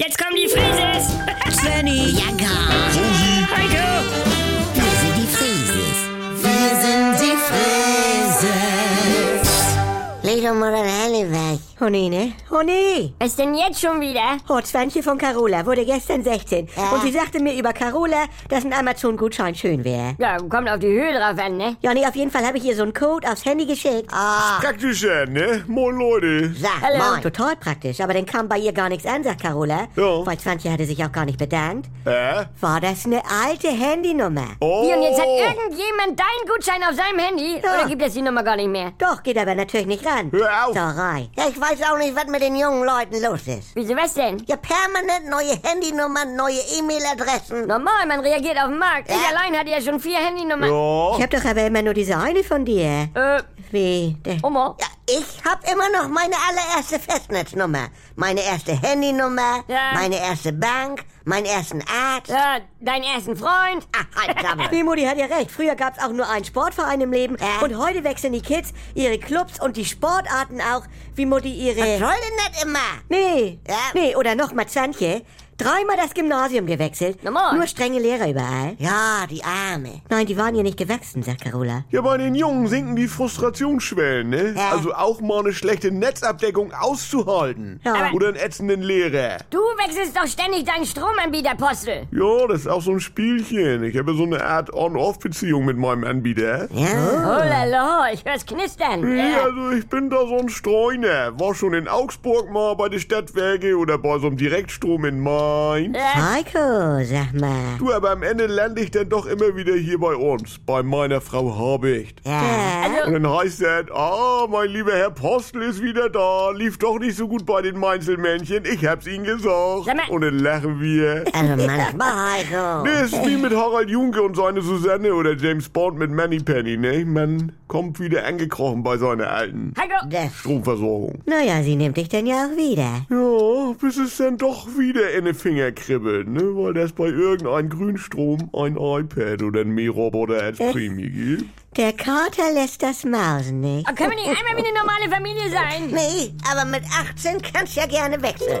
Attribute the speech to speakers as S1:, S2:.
S1: Jetzt kommen die Frieses!
S2: Svenny.
S3: Ja, gar.
S1: Heiko!
S3: Wir sind die Frieses. Wir sind die Frieses. Leg doch mal deine Hände weg.
S2: Oh nee, ne? Oh nee.
S4: Was denn jetzt schon wieder?
S2: Oh, Zwantje von Carola wurde gestern 16.
S3: Ja.
S2: Und sie sagte mir über Carola, dass ein Amazon-Gutschein schön wäre.
S4: Ja, kommt auf die Höhe drauf an, ne?
S2: Ja, nee, auf jeden Fall habe ich ihr so einen Code aufs Handy geschickt.
S3: Ah,
S5: Praktischer, ne? Moin Leute.
S3: sag
S4: Hallo.
S3: moin.
S2: Total praktisch, aber dann kam bei ihr gar nichts an, sagt Carola.
S5: Ja.
S2: Weil Zwantje hatte sich auch gar nicht bedankt.
S5: Hä?
S2: War das eine alte Handynummer?
S5: Oh.
S4: Wie, und jetzt hat irgendjemand deinen Gutschein auf seinem Handy?
S2: Ja.
S4: Oder gibt es die Nummer gar nicht mehr?
S2: Doch, geht aber natürlich nicht ran.
S5: Hör auf.
S2: Sauerei.
S3: Ja, ich weiß auch nicht, was mit den jungen Leuten los ist.
S4: Wieso was denn?
S3: Ja, permanent neue Handynummern, neue E-Mail-Adressen.
S4: Normal, man reagiert auf den Markt. Ich
S3: Ja.
S4: allein hatte ja schon vier Handynummern.
S5: Ja.
S2: Ich hab doch aber immer nur diese eine von dir.
S4: Äh,
S2: Wie? Der-
S4: Oma?
S3: Ja, ich hab immer noch meine allererste Festnetznummer, meine erste Handynummer,
S4: Ja.
S3: meine erste Bank, meinen ersten Arzt.
S4: Äh, deinen ersten Freund?
S3: Ah, halt, Sammel.
S2: Nee, Mutti hat ja recht. Früher gab's auch nur einen Sportverein im Leben.
S3: Ja.
S2: Und heute wechseln die Kids ihre Clubs und die Sportarten auch, wie Mutti
S3: Was
S2: ihre...
S3: soll denn das immer?
S2: Nee,
S3: Ja.
S2: nee, oder noch mal Zantje. Dreimal das Gymnasium gewechselt.
S4: Na moin.
S2: Nur strenge Lehrer überall.
S3: Ja, die Arme.
S2: Nein, die waren ihr nicht gewachsen, sagt Carola.
S5: Ja, bei den Jungen sinken die Frustrationsschwellen, ne?
S3: Ja.
S5: Also auch mal eine schlechte Netzabdeckung auszuhalten.
S2: Ja.
S5: Oder einen ätzenden Lehrer.
S4: Du wechselst doch ständig deinen Stromanbieter, Postel.
S5: Ja, das ist auch so ein Spielchen. Ich habe so eine Art On-Off-Beziehung mit meinem Anbieter.
S3: Ja?
S4: Oh la la, ich hör's knistern.
S5: Ja,
S4: Äh,
S5: also ich bin da so ein Streuner. War schon in Augsburg mal bei den Stadtwerke oder bei so einem Direktstrom in Mainz.
S2: Heiko, sag mal.
S5: Du, aber am Ende lande ich dann doch immer wieder hier bei uns, bei meiner Frau Habicht.
S3: Ja.
S4: Also,
S5: Und dann heißt es, ah, mein lieber Herr Postel ist wieder da, lief doch nicht so gut bei den Meinzelmännchen, ich hab's Ihnen gesagt.
S4: Sag mal-
S5: Und dann lachen wir.
S3: Also manchmal, Heiko.
S5: Das ist wie mit Harald Junke und seine Susanne oder James Bond mit Manny Penny, ne? Man kommt wieder angekrochen bei seiner alten
S4: Heiko,
S3: Das
S5: Stromversorgung.
S2: Ne. Naja, sie nimmt dich denn ja auch wieder.
S5: Ja, bis es dann doch wieder in den Finger kribbelt, ne? Weil das bei irgendeinem Grünstrom ein iPad oder ein Mähroboter als Prämie gibt.
S2: Der Kater lässt das Mausen nicht.
S4: oh, können wir nicht einmal wie eine normale Familie sein?
S3: Nee, aber mit 18 kannst ja gerne wechseln.